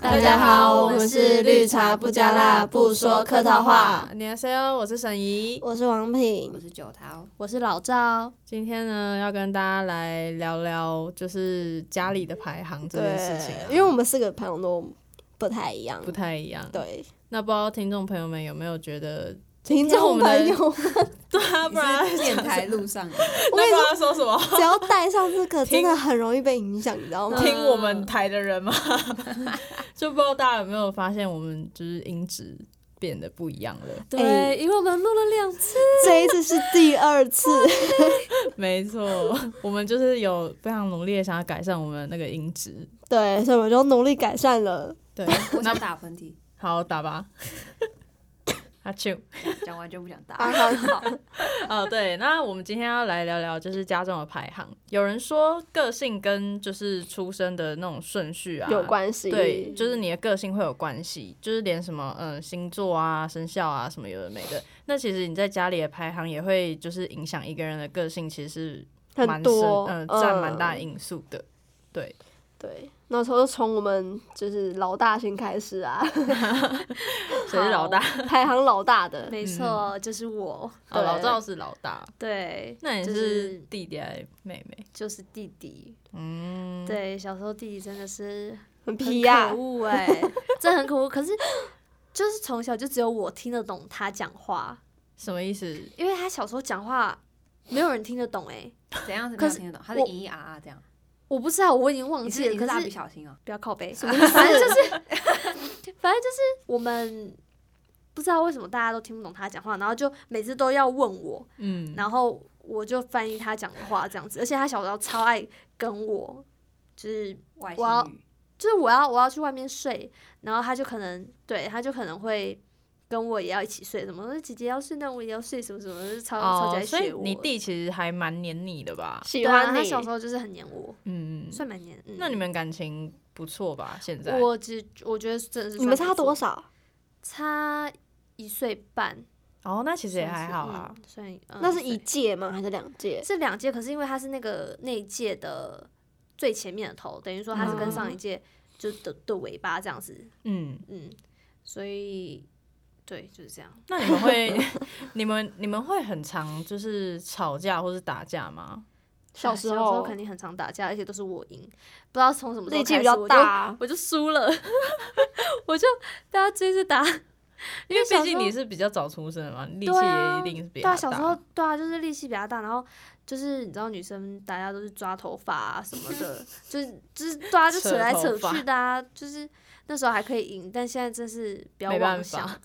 大家好我们是绿茶不加辣不说客套话你好，C.O. 我是沈怡。我是王我品，是九桃，我是老赵。今天呢，要跟大家来聊聊，就是家里的排行这件事情啊、因为我们四个朋友都不太一样不。太一样。对，那不知道听众朋友们有没有觉得，听天我众们的朋友，对啊，不然你是电台路 上的，那不然说什么？只要带上这个，真的很容易被影响，你知道吗？听我们台的人吗？ 就不知道大家有没有发现，我们就是音质变得不一样了。对因为我们录了两次，这一次是第二次，没错， 我们就是有非常努力的想要改善我们那个音质。对，所以我们就努力改善了。对，我想打喷嚏，好打吧。阿啾。讲完就不想打。啊好好，哦，对，那我们今天要来聊聊就是家中的排行。有人说个性跟就是出生的那种顺序啊有关系，对，就是你的个性会有关系，就是连什么嗯星座啊、生肖啊什么有的没的。那其实你在家里的排行也会就是影响一个人的个性，其实是蛮很深多，嗯占蛮大因素的。对，对，那时候就从我们就是老大先开始啊， 谁是老大？排行老大的，没错，就是我。哦，老对赵是老大，对，那你就是弟弟还是妹妹？就是弟弟。嗯，对，小时候弟弟真的是很很皮啊呀可，恶哎、真的很可恶。可是就是从小就只有我听得懂他讲话，什么意思？因为他小时候讲话没有人听得懂哎、怎样子没可有是听得懂？他是我咿咿啊啊这样，我不知道，我已经忘你记是了。你是可蜡笔是小新哦，不要靠背，反正就是 反正就是我们。不知道为什么大家都听不懂他讲话，然后就每次都要问我，嗯，然后我就翻译他讲的话这样子，而且他小时候超爱跟我，就是外我要星语，就是我要我要去外面睡，然后他就可能对他就可能会跟我也要一起睡，什么说姐姐要睡，那我也要睡，什么什么，就是超、超级哦，爱所以学我。你弟其实还蛮黏你的吧？喜对啊，欢他你，小时候就是很黏我，嗯，算蛮黏。嗯、那你们感情不错吧？现在我只我觉得真的是你们算差不错多？少？差一岁半，哦，那其实也还好啊嗯。，算、嗯、那是对哎一届吗？还是两届？是两届，可是因为他是那个那一届的最前面的头，等于说他是跟上一届就的的尾巴这样子，嗯，嗯，所以对就是这样，那你们会，你们你们会很常就是吵架或是打架吗？小哎时小候肯定很常打架，而且都是我赢，不知道从什么时候力气开比始较我就大，我就输了， 我就被他追着打，因为小时毕竟候你是比较早出生的嘛，力气对啊也一定是比对较啊，大。小时候对啊，就是力气比较大，然后就是你知道女生大家都是抓头发啊什么 的，就是就是对啊，就扯扯来头扯发去的啊，就是那时候还可以赢，但现在真是不要没办妄法想。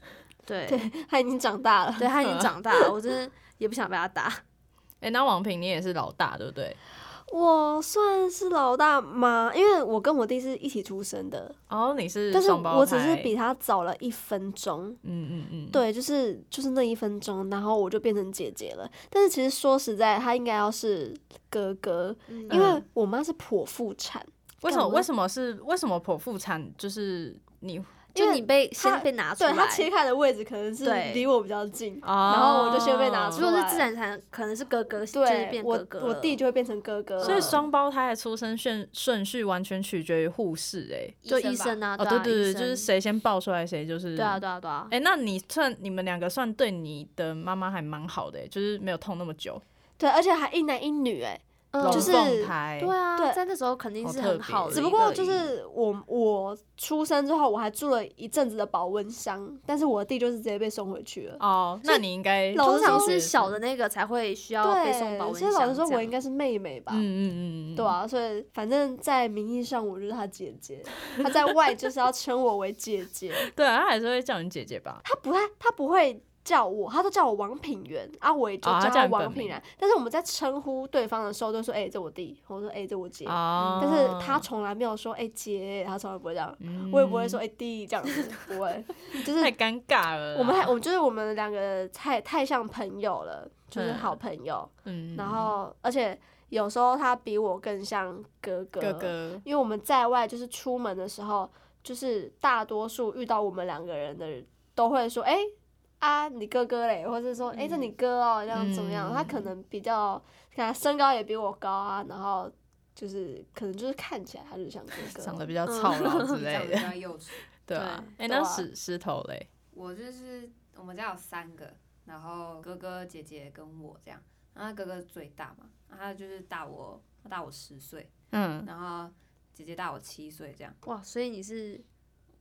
对对 他已经长大了。对，他 已经长大了，我真的也不想被他打。哎、那王平你也是老大，对不对？我算是老大吗？因为我跟我弟是一起出生的，哦，你是但是双胞胎，我只是比他早了一分钟。嗯嗯嗯，，对，就是就是那一分钟，然后我就变成姐姐了。但是其实说实在，他应该要是哥哥，因因为我妈是剖腹产，为什么干嘛为什么是为什么剖腹产就是你就你被他先被拿出对来，他切开的位置可能是对离我比较近，哦然后我就先被拿出如果来是自然产，可能是哥哥，就是对变我哥哥我弟了就会变成哥哥了，所以双胞胎的出生顺顺序完全取决于护士、欸，就医吧生啊，哦，对对啊对对，医就是生谁先爆出来谁就是对啊对啊对啊哎、，那你算你们两个算对你的妈妈还蛮好的、欸，就是没有痛那么久，对，而且还一男一女哎、嗯龙就是凤胎，对对啊，在那时候肯定好是特很别好的一个意义，只不过就是我我出生之后，我还住了一阵子的保温箱，但是我弟就是直接被送回去了。哦，那你应该老通实常说是小的那个才会需要哦被送保对，温其实老实箱说，这我样应该是妹妹吧。嗯嗯嗯，嗯对，啊，所以反正，在名义上我就是她姐姐，她 在外就是要称我为姐姐。对啊，她还是会叫你姐姐吧？她不太，她不会叫我，她都叫我王品源啊，我也就哦她叫叫她你本王品名然。但是我们在称呼对方的时候，都说哎、这我弟，我说哎、这我姐。哦，但是她从来没有说哎、姐，她从来不会这样。嗯我也不会说哎、弟这样子，不会，就是太尴尬了啦，我们还我们就是我们两个太太像朋友了，就是好朋友。嗯，然后而且有时候他比我更像哥哥，哥哥因为我们在外就是出门的时候，就是大多数遇到我们两个人的人都会说，哎、啊，你哥哥嘞，或者说，哎、这你哥哦，这样怎么样？嗯他可能比较，可能身高也比我高啊，然后就是可能就是看起来他就是像哥哥，长得比较嗯操劳之类长得比的，较幼稚。对啊。哎、对啊那石石头嘞，我就是我们家有三个，然后哥哥、姐姐跟我这样。然后他哥哥最大嘛，然后他就是大我，他大我十岁，嗯，然后姐姐大我七岁这样。哇，所以你是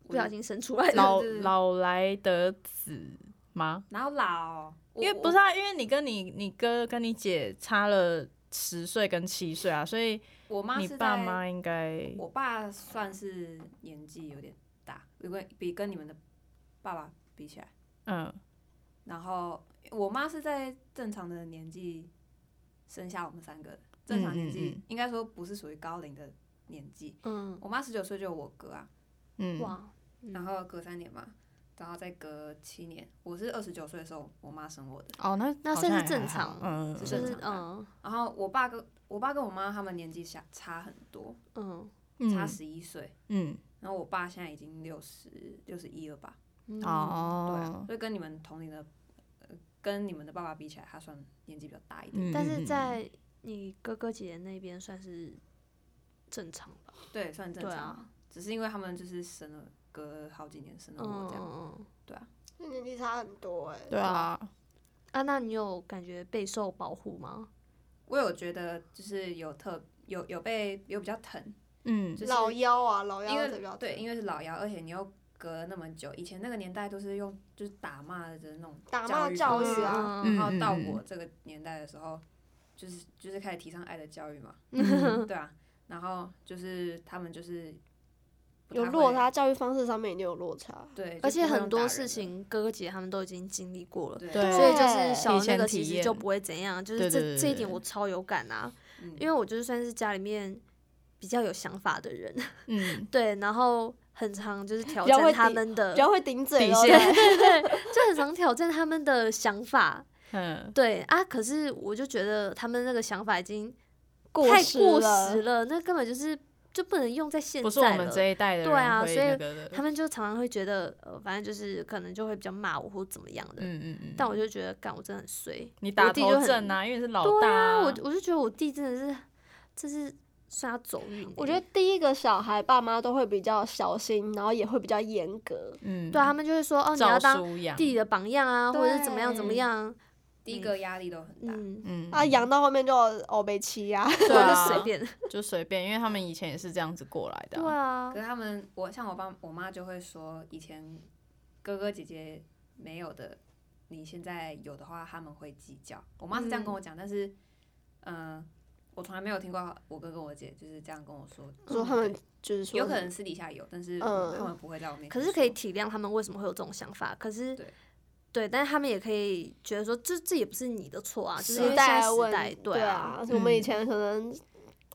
我不小就心生出来的， 老对对对老来得子吗？然后老，我因为不我是啊，因为你跟你你哥跟你姐差了十岁跟七岁啊，所以我妈你是爸在妈应该我爸算是年纪有点大，如果比跟你们的爸爸比起来，嗯然后我妈是在正常的年纪生下我们三个的，正常年纪、嗯嗯嗯应该说不是属于高龄的年纪。嗯，我妈十九岁就有我哥啊，嗯哇，然后隔三年嘛，然后再隔七年，我是二十九岁的时候我妈生我的，哦，那那好算像是也正还好常嗯，就就嗯正是常嗯然后我爸跟我爸跟我妈他们年纪相差很多，嗯嗯差十一岁，嗯然后我爸现在已经六十六十一了吧，嗯，对、啊哦，，所以跟你们同龄的，呃，跟你们的爸爸比起来，他算年纪比较大一点。嗯但是嗯在你哥哥姐姐那边算是正常吧？对，算正对常。啊，只是因为他们就是生了隔好几年生了我嗯这样，嗯嗯。那年纪差很多哎、对啊，啊，那你有感觉备受保护吗？我有觉得就是有特有有被有比较疼，嗯就是老腰啊，老因腰才比较为对，因为是老幺，而且你又隔了那么久，以前那个年代都是用就是打骂的那种打骂教教育育方式啊，嗯然后到嗯嗯嗯我这个年代的时候，就是就是开始提倡爱的教育嘛，嗯对啊，然后就是他们就是不有太落会，差，教育方式上面一定有落差。对，而就且不会很用多打事人的，情哥哥姐姐他们都已经经历过了。对对所以就是小提那前个体其实就验不会怎样，就对对是这对这一对点我超有感啊，嗯因为我就是算是家里面比较有想法的人， 嗯，对，然后很常就是挑较会战他抵们的比，较会顶嘴底咯，线对就很常挑战他们的想法，嗯，对啊，可是我就觉得他们那个想法已经 过太时过了时了，那根本就是就不能用在现在不是我们了这一代的人对啊会所以那个的他们就常常会觉得，呃，反正就是可能就会比较骂我或怎么样的。嗯嗯嗯，但我就觉得，干，我真的很衰。你打我弟就头很阵啊，因为你是老对大啊，啊，我嗯我就觉得我弟真的是，这是算他走运欸。我觉得第一个小孩爸妈都会比较小心，然后也会比较严格。嗯，对啊，他们就会说，哦，你照要当书养弟弟的榜样啊，或者是怎么样怎么对样。第一个压力都很大，嗯，嗯啊，养到后面就哦被欺呀， 对就啊，随便。就随便，因为他们以前也是这样子过来的对啊，啊可，是他们，我像我爸我妈就会说，以前哥哥姐姐没有的，你现在有的话，他们会计较。我妈是这样跟我讲，但是，嗯、我从来没有听过我哥跟我姐就是这样跟我说。 说他们就是说嗯有可能私底下有，但是嗯他们不会在我面前可说。是可以体谅他们为什么会有这种想法。可是对，对，但是他们也可以觉得说，这这也不是你的错啊，就是因时为现代在的时问代，对啊，，我们嗯以前可能教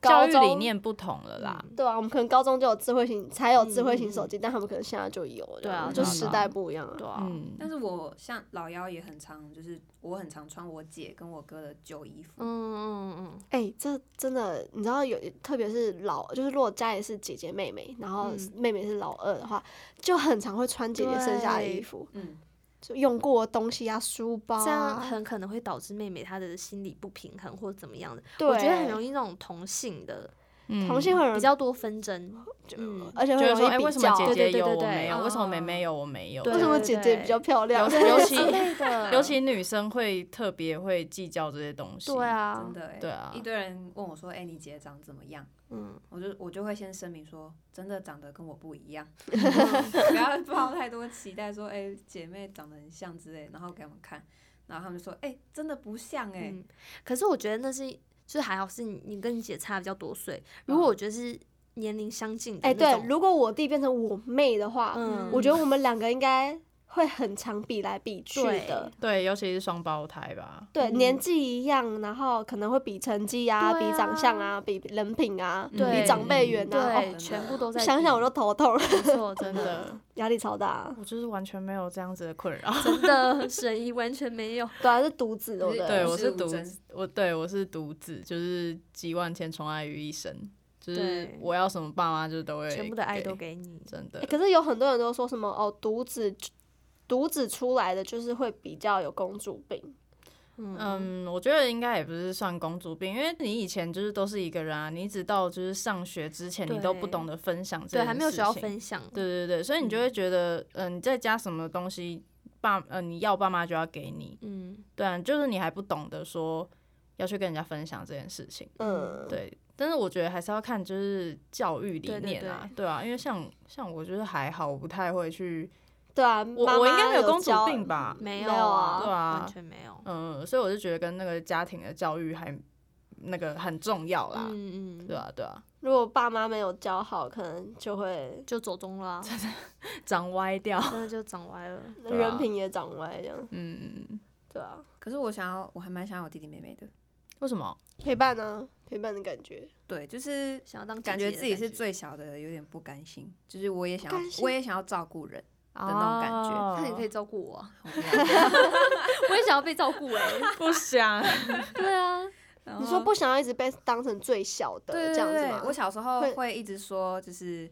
高育中理念不同了啦，对啊，我们可能高中就有智慧型，才有智慧型嗯手机，但他们可能现在就有了，对啊就对啊时代不一样对了。啊，嗯，但是我像老幺也很常，就是我很常穿我姐跟我哥的旧衣服。嗯嗯嗯。哎、这真的，你知道有，特别是老，就是如果家里是姐姐妹妹，然后嗯妹妹是老二的话，就很常会穿姐姐剩下的衣对服，嗯，就用过的东西啊，书包啊，这样很可能会导致妹妹她的心理不平衡或者怎么样的。对，我觉得很容易那种同性的嗯同性会比很容较多纷争，易，嗯而且就会是容说，易哎，比为什么较姐对姐对对有我对嗯没有？为什么哦妹妹有我没有？对为什么姐姐比较漂亮尤？尤其之类 的。尤其女生会特别会计较这些东西。对，啊真，的哎、对啊一堆人问我说：“哎、你姐长怎么样？”嗯，我就我就会先声明说，真的长得跟我不 一样，不要抱太多期待说，哎、姐妹长得很像之类，然后给他们看，然后他们就说，哎、真的不像哎、嗯可是我觉得那是就是还好是你你跟你姐差比较多岁，如果我觉得是年龄相近的 哎、那对，种，如果我弟变成我妹的话，嗯我觉得我们两个应该会很常比来比去的。对，尤其是双胞胎吧。对，嗯年纪一样，然后可能会比成绩啊，对啊比长相啊，比人品啊，嗯对比长辈缘对、啊。的全部都哦在想想我都都头痛了， 没 错，真真的的，压力超大啊。我就是完全没有这样子的困扰。真的沈怡完全没有。对啊，是独子，对不对？对，无我是是无独争，我对我是独子，就是集万千宠爱于一身，就是对我要什么爸妈就都会全部的爱都给你，真的欸。可是有很多人都说什么哦，独子，独子出来的就是会比较有公主病，嗯，我觉得应该也不是算公主病，因为你以前就是都是一个人啊，你直到就是上学之前，对你都不懂得分享这对，件还没有学到事情分享，对对对，所以你就会觉得，嗯、你在家什么东西，爸，呃，你要爸妈就要给你，嗯，对啊，就是你还不懂得说要去跟人家分享这件事情，嗯，对。但是我觉得还是要看就是教育理对对念啊，对啊，因为像像我就是还好，我不太会去，对啊，我妈我应妈该没有公主教病吧，没有啊对啊完全没有，嗯，所以我就觉得跟那个家庭的教育还那个很重要啦，嗯嗯，对啊对啊，如果爸妈没有教好，可能就会就走中了啊、长歪掉，真的就长歪了。啊人品也长歪这样，嗯，对啊，可是我想要，我还蛮想要有弟弟妹妹的。为什么？陪伴呢、陪伴的感觉，对，就是想要当姐感姐觉的自己是觉最小的，有点不甘心。就是我也想不甘要，心我也想要照顾 人。那种感觉哦 那你可以照顾我啊、我不要我也想要被照顾哎、不想， 对啊，然你后说哦不想要一直被当成最小的对对这样子对我吗？小时候会会一直说，就是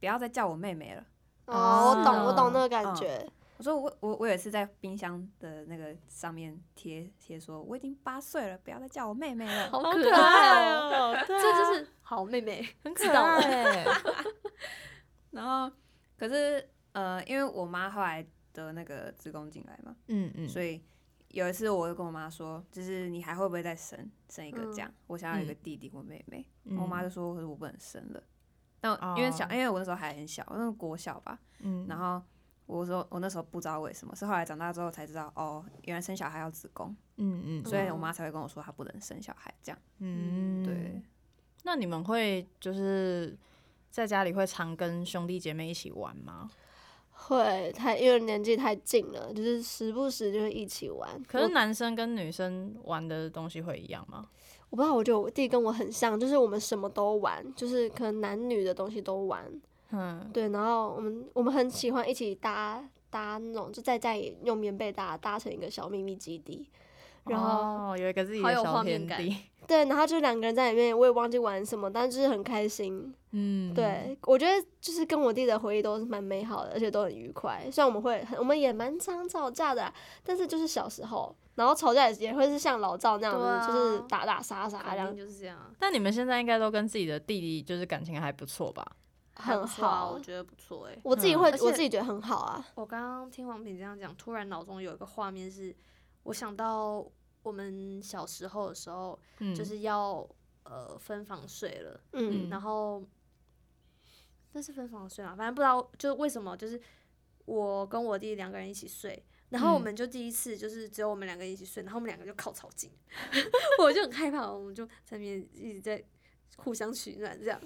不要再叫我妹妹了。哦，我是懂，我哦懂那个感嗯觉，我说我我我有一次在冰箱的那个上面贴贴说，我已经八岁了，不要再叫我妹妹了。好好可可爱爱哦、哦，对啊这就是好妹妹，很可知道了爱。欸然后可是呃，因为我妈后来得那个子宫颈癌嘛，嗯嗯，所以有一次我就跟我妈说，就是你还会不会再生生一个这样？嗯我想要有一个弟弟或妹妹。以我妈就说，可是我不能生了。但因为小，嗯哦因为我那时候还很小，那国小吧，嗯然后。我说我那时候不知道为什么，是后来长大之后才知道哦，原来生小孩要子宫，嗯嗯，所以我嗯妈才会跟我说她不能生小孩这样。嗯对。，那你们会就是在家里会常跟兄弟姐妹一起玩吗？会太因为年纪太近了，就是时不时就会一起玩。可是我男生跟女生玩的东西会一样吗？我不知道，我觉得我弟跟我很像，就是我们什么都玩，就是可能男女的东西都玩。嗯，对，然后我们我们很喜欢一起搭搭那种，就在家里用棉被搭搭成一个小秘密基地。然后、哦有一个自己好的有小画天面感地，对，然后就两个人在里面，我也忘记玩什么，但就是很开心。嗯，对，我觉得就是跟我弟的回忆都是蛮美好的，而且都很愉快。虽然我们会很，我们也蛮常吵架的啊、但是就是小时候，然后吵架也会是像老赵那样子，对啊就是打打杀杀这肯定样，就是这样啊，但你们现在应该都跟自己的弟弟就是感情还不错吧？还不很错啊好我。觉得不错哎、我自己会嗯而，且我自己觉得很好啊。我刚刚听王品这样讲，突然脑中有一个画面是，我想到我们小时候的时候，嗯，就是要呃分房睡了，嗯，然后那是分房睡嘛，反正不知道就是为什么，就是我跟我弟两个人一起睡，然后我嗯们就第一次就是只有我们两个一起睡，然后我们两个就靠超近， 我就很害怕，我们就在那边一直在互相取暖这样，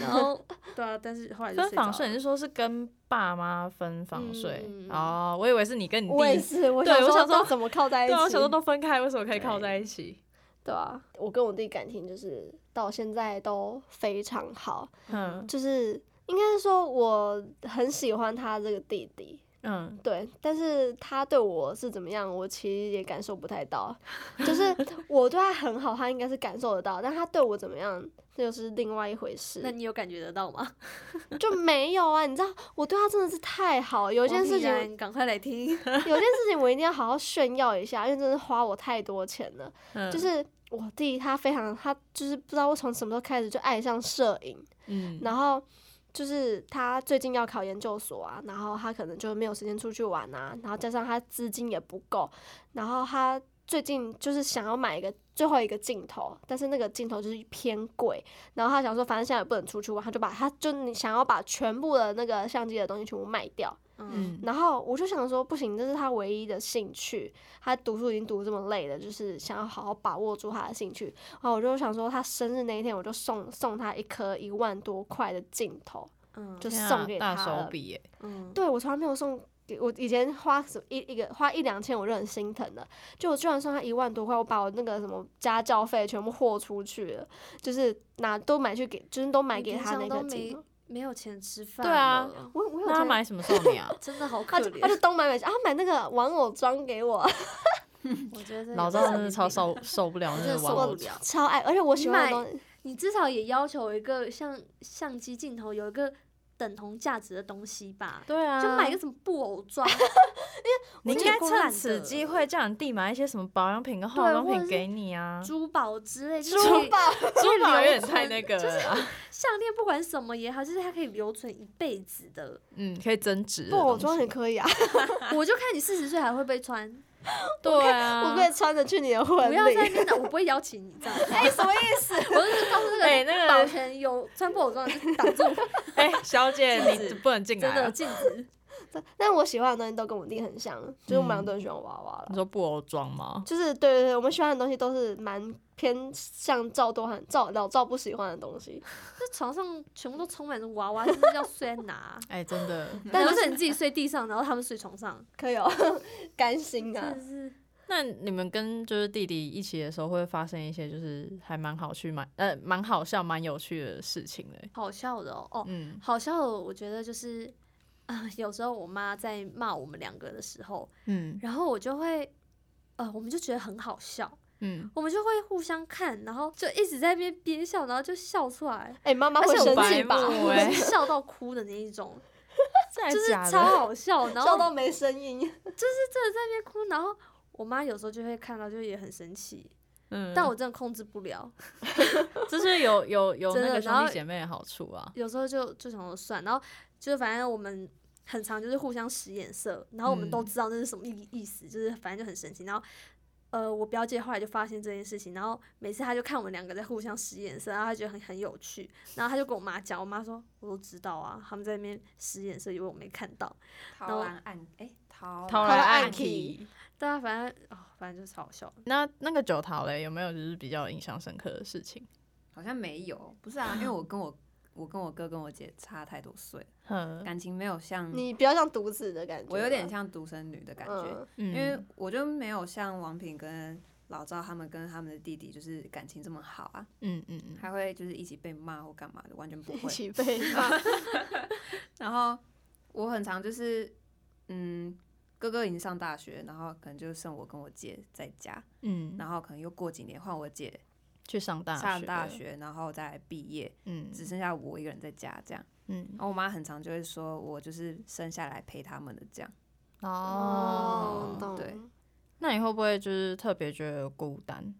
然后对啊，但是后来就分睡着房睡，你了是说是跟爸妈分房睡？嗯哦，我以为是你跟你我也弟。是，我对想我说想都说怎么靠在一对起？啊，我想说都分开，为什么可以对靠在一起？对啊，我跟我弟感情就是到现在都非常好，嗯就是应该是说我很喜欢他这个弟弟，嗯，对，但是他对我是怎么样，我其实也感受不太到。就是 我对他很好，他应该是感受得到，但他对我怎么样，这又是另外一回事。那你有感觉得到吗？就没有啊，你知道，我对他真的是太好，有哦有一件事情，有赶快来听，一件事情我一定要好好炫耀一下，因为真的花我太多钱了。嗯就是我弟他非常，他就是不知道我从什么时候开始就爱上摄影。嗯然后就是他最近要考研究所啊，然后他可能就没有时间出去玩啊，然后加上他资金也不够，然后他最近就是想要买一个最后一个镜头，但是那个镜头就是偏贵，然后他想说反正现在也不能出去玩，他就把他就你想要把全部的那个相机的东西全部卖掉，嗯，嗯然后我就想说不行，这是他唯一的兴趣，他读书已经读这么累了，就是想要好好把握住他的兴趣。然后我就想说，他生日那一天，我就送送他一颗一万多块的镜头，嗯，就天啊送给他大了。手笔耶，嗯，对我从来没有送给我以前花什么一一个花一两千，我就很心疼了。就我居然送他一万多块，我把我那个什么家教费全部豁出去了，就是拿都买去给，就是都买你给平他常那都颗没镜头。没有钱吃饭对啊了，我我有那他在买什么送你啊？真的好他可就他怜，就东买买西，啊他买那个玩偶装给我。我觉得老赵真的超，受受不了我那真的个玩受不偶我机，了。超爱，而且我喜欢的你买东西，你至少也要求一个像相机镜头有一个等同价值的东西吧。对啊，就买个什么布偶装，你我应觉得该够趁烂此的机会叫你弟买一些什么保养品跟化对妆或者品是给你啊。珠宝之类，就珠是可以宝 珠宝有点太那个就是了啊，项链，不管什么也好，就是它可以留存一辈子的。嗯，可以增值的不，东西。我装也可以啊，我就看你四十岁还会不会穿，对啊，我可以穿着去你的婚不要在那 礼。边讲，我不会邀请你 这样。哎，什么意思？我就是告诉这个哎那个保全有穿布偶装的就挡住， 哎、小姐，禁你止不能进来、真的啊。禁止。 但我喜欢的东西都跟我弟很像，就是我们俩都很喜欢娃娃了你。说布偶装吗？就是对对对，我们喜欢的东西都是蛮偏向赵多汉、赵老赵不喜欢的东西。这床上全部都充满着娃娃，真的要睡在哪 啊？哎、真的。但都是你自己睡地上，然后他们睡床上，可以哦， 甘心啊嗯真！的是那你们跟就是弟弟一起的时候，会发生一些就是还蛮好去蛮呃蛮好笑、蛮有趣的事情嘞、好笑的哦。哦，嗯好笑的，我觉得就是 啊、有时候我妈在骂我们两个的时候，嗯然后我就会呃，我们就觉得很好笑，嗯，我们就会互相看，然后就一直在那边憋笑，然后就笑出来，哎、妈妈而会且生我气吧白？目我哎对是笑到哭的那一种，真就的是假超的？好笑，然 后笑到没声音，边哭，然后我妈有时候就会看到，就也很生气，嗯， 但我真的控制不了，这是有有有真那的个兄然后弟姐妹的好处啊。有时候就就想说算，然后就是反正我们很常就是互相使眼色，然后我们都嗯知道那是什么意意思，就是反正就很生气，然后。呃，我表姐后来就发现这件事情，然后每次她就看我们两个在互相使眼色，然后她觉得很很有趣，然后她就跟我妈讲，我妈说我都知道啊，他们在那边使眼色，以为我没看到。然桃后兰暗哎桃偷来来暗暗器器。对啊，反正哦，反正就超好笑的。那那个九桃嘞，有没有就是比较印象深刻的事情？好像没有，不是啊，因为我跟我我跟我哥跟我姐差太多岁，嗯感情没有像你比较像独子的感觉吧。啊我有点像独生女的感觉，嗯，嗯因为我就没有像王品跟老赵他们跟他们的弟弟就是感情这么好啊，嗯嗯嗯，还会就是一起被骂或干嘛的，完全不嗯一 会。起被骂。然后我很常就是，嗯，哥哥已经上大学，然后可能就剩我跟我姐在家，嗯，然后可能又过几年换我姐去上大学，上大，学，然后再毕业，嗯只剩下我一个人在家这样。嗯然后我妈很常就会说我就是生下来陪他们的这样。哦哦，，懂。对那你会不会就是特别觉得孤单？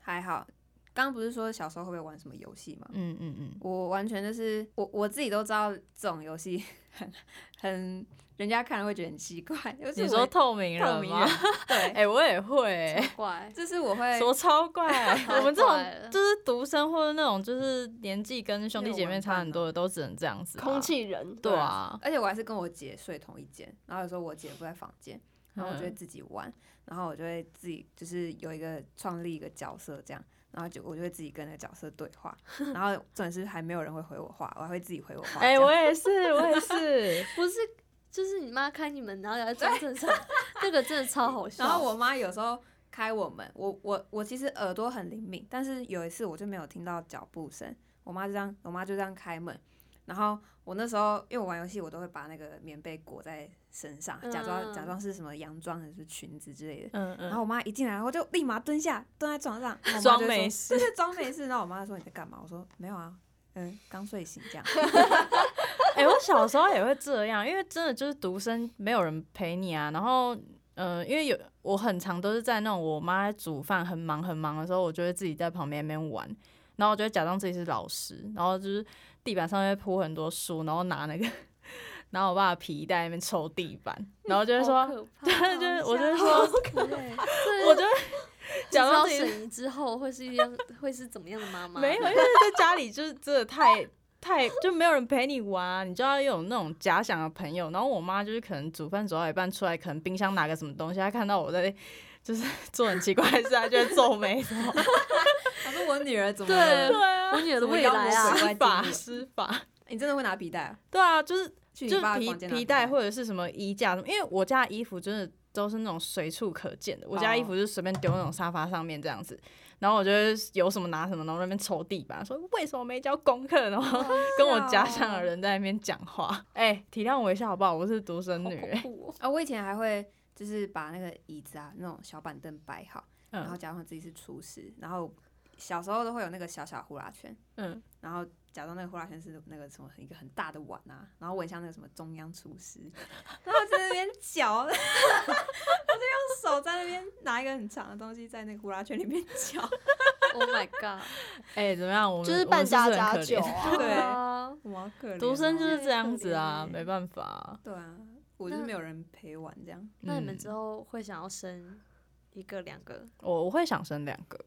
还好，刚刚不是说小时候会不会玩什么游戏吗？嗯嗯嗯，我完全就是我我自己都知道这种游戏很 很人家看了会觉得很奇怪，就你是我说透明人透明吗，人？哎对，哎、我也会、 欸，超怪，就是我会什么超 怪？欸我们这超怪哦种了就是独生或者那种就是年纪跟兄弟姐妹差很多的，那都只能这样子、空，气人，对啊，而且我还是跟我姐睡同一间，然后有时候我姐不在房间，然后我就嗯会自己玩，然后我就会自己就是有一个创立一个角色这样，然后就我就会自己跟那个角色对 话，然后重点是还没有人会回我话，我还会自己回我话。哎、这样我也是，我也是，不是就是你妈开你门，然后要装正常，那个真的超好笑。然后我妈有时候开我门，我我我其实耳朵很灵敏，但是有一次我就没有听到脚步声，我妈就这样，我妈就这样开门。然后我那时候因为我玩游戏，我都会把那个棉被裹在身上，假装嗯假装是什么洋装还是裙子之类的。嗯然后嗯，我妈一进来，我就立马蹲下，蹲在床上，然后我妈装就说没事对 装没事。然后我妈说你在干嘛？我说没有啊，嗯，刚睡醒 这样。哎、我小时候也会这样，因为真的就是独生，没有人陪你啊，然后。呃，因为有我很常都是在那种我妈煮饭很忙很忙的时候，我就会自己在旁边那边玩，然后我就会假装自己是老师，然后就是地板上面铺很多书，然后拿那个 拿我爸的皮带在那边抽地板，然后就会说，对就是我就是说，我我 就会知假装道自己沈怡之后会是一样，会是怎么样的妈妈？没有，因为在家里就是真的太太就没有人陪你玩啊、你就要有那种假想的朋友。然后我妈就是可能煮饭煮到一半出来，可能冰箱拿个什么东西，她看到我在就是做很奇怪的事，她就会皱眉头。我说我女儿怎么对了？对啊我，女怎儿的么未妖魔来啊 鬼，施怪法进入施法，你真的会拿皮带啊？对啊，就是去就你是爸的皮房间拿皮带或者是什么衣架什么，因为我家的衣服真的都是那种随处可见的，我家哦衣服就是随便丢那种沙发上面这样子，然后我就会有什么拿什么，然后在那边抽地板，说为什么没交功课，然后跟我家乡的人在那边讲话，哎、体谅我一下好不好？我是独生好女、恐欸，怖哦！啊，我以前还会就是把那个椅子啊，那种小板凳摆好，然后嗯假装自己是厨师，然后小时候都会有那个小小呼啦圈，嗯，然后假装那个呼啦圈是那个什么一个很大的碗啊，然后我很像那个什么中央厨师， 然后在那边搅， 我就用手在那边拿一个很长的东西在那个呼啦圈里面搅， Oh my god！哎、怎么样？我们就是我们扮是不家是很家可酒怜？ 啊。对啊我好可怜哦、独生就是这样子好啊可，怜没办法。对啊，我就是那没有人陪玩这样，那你们之道，后会想要生一个、两个？我我会想生两个，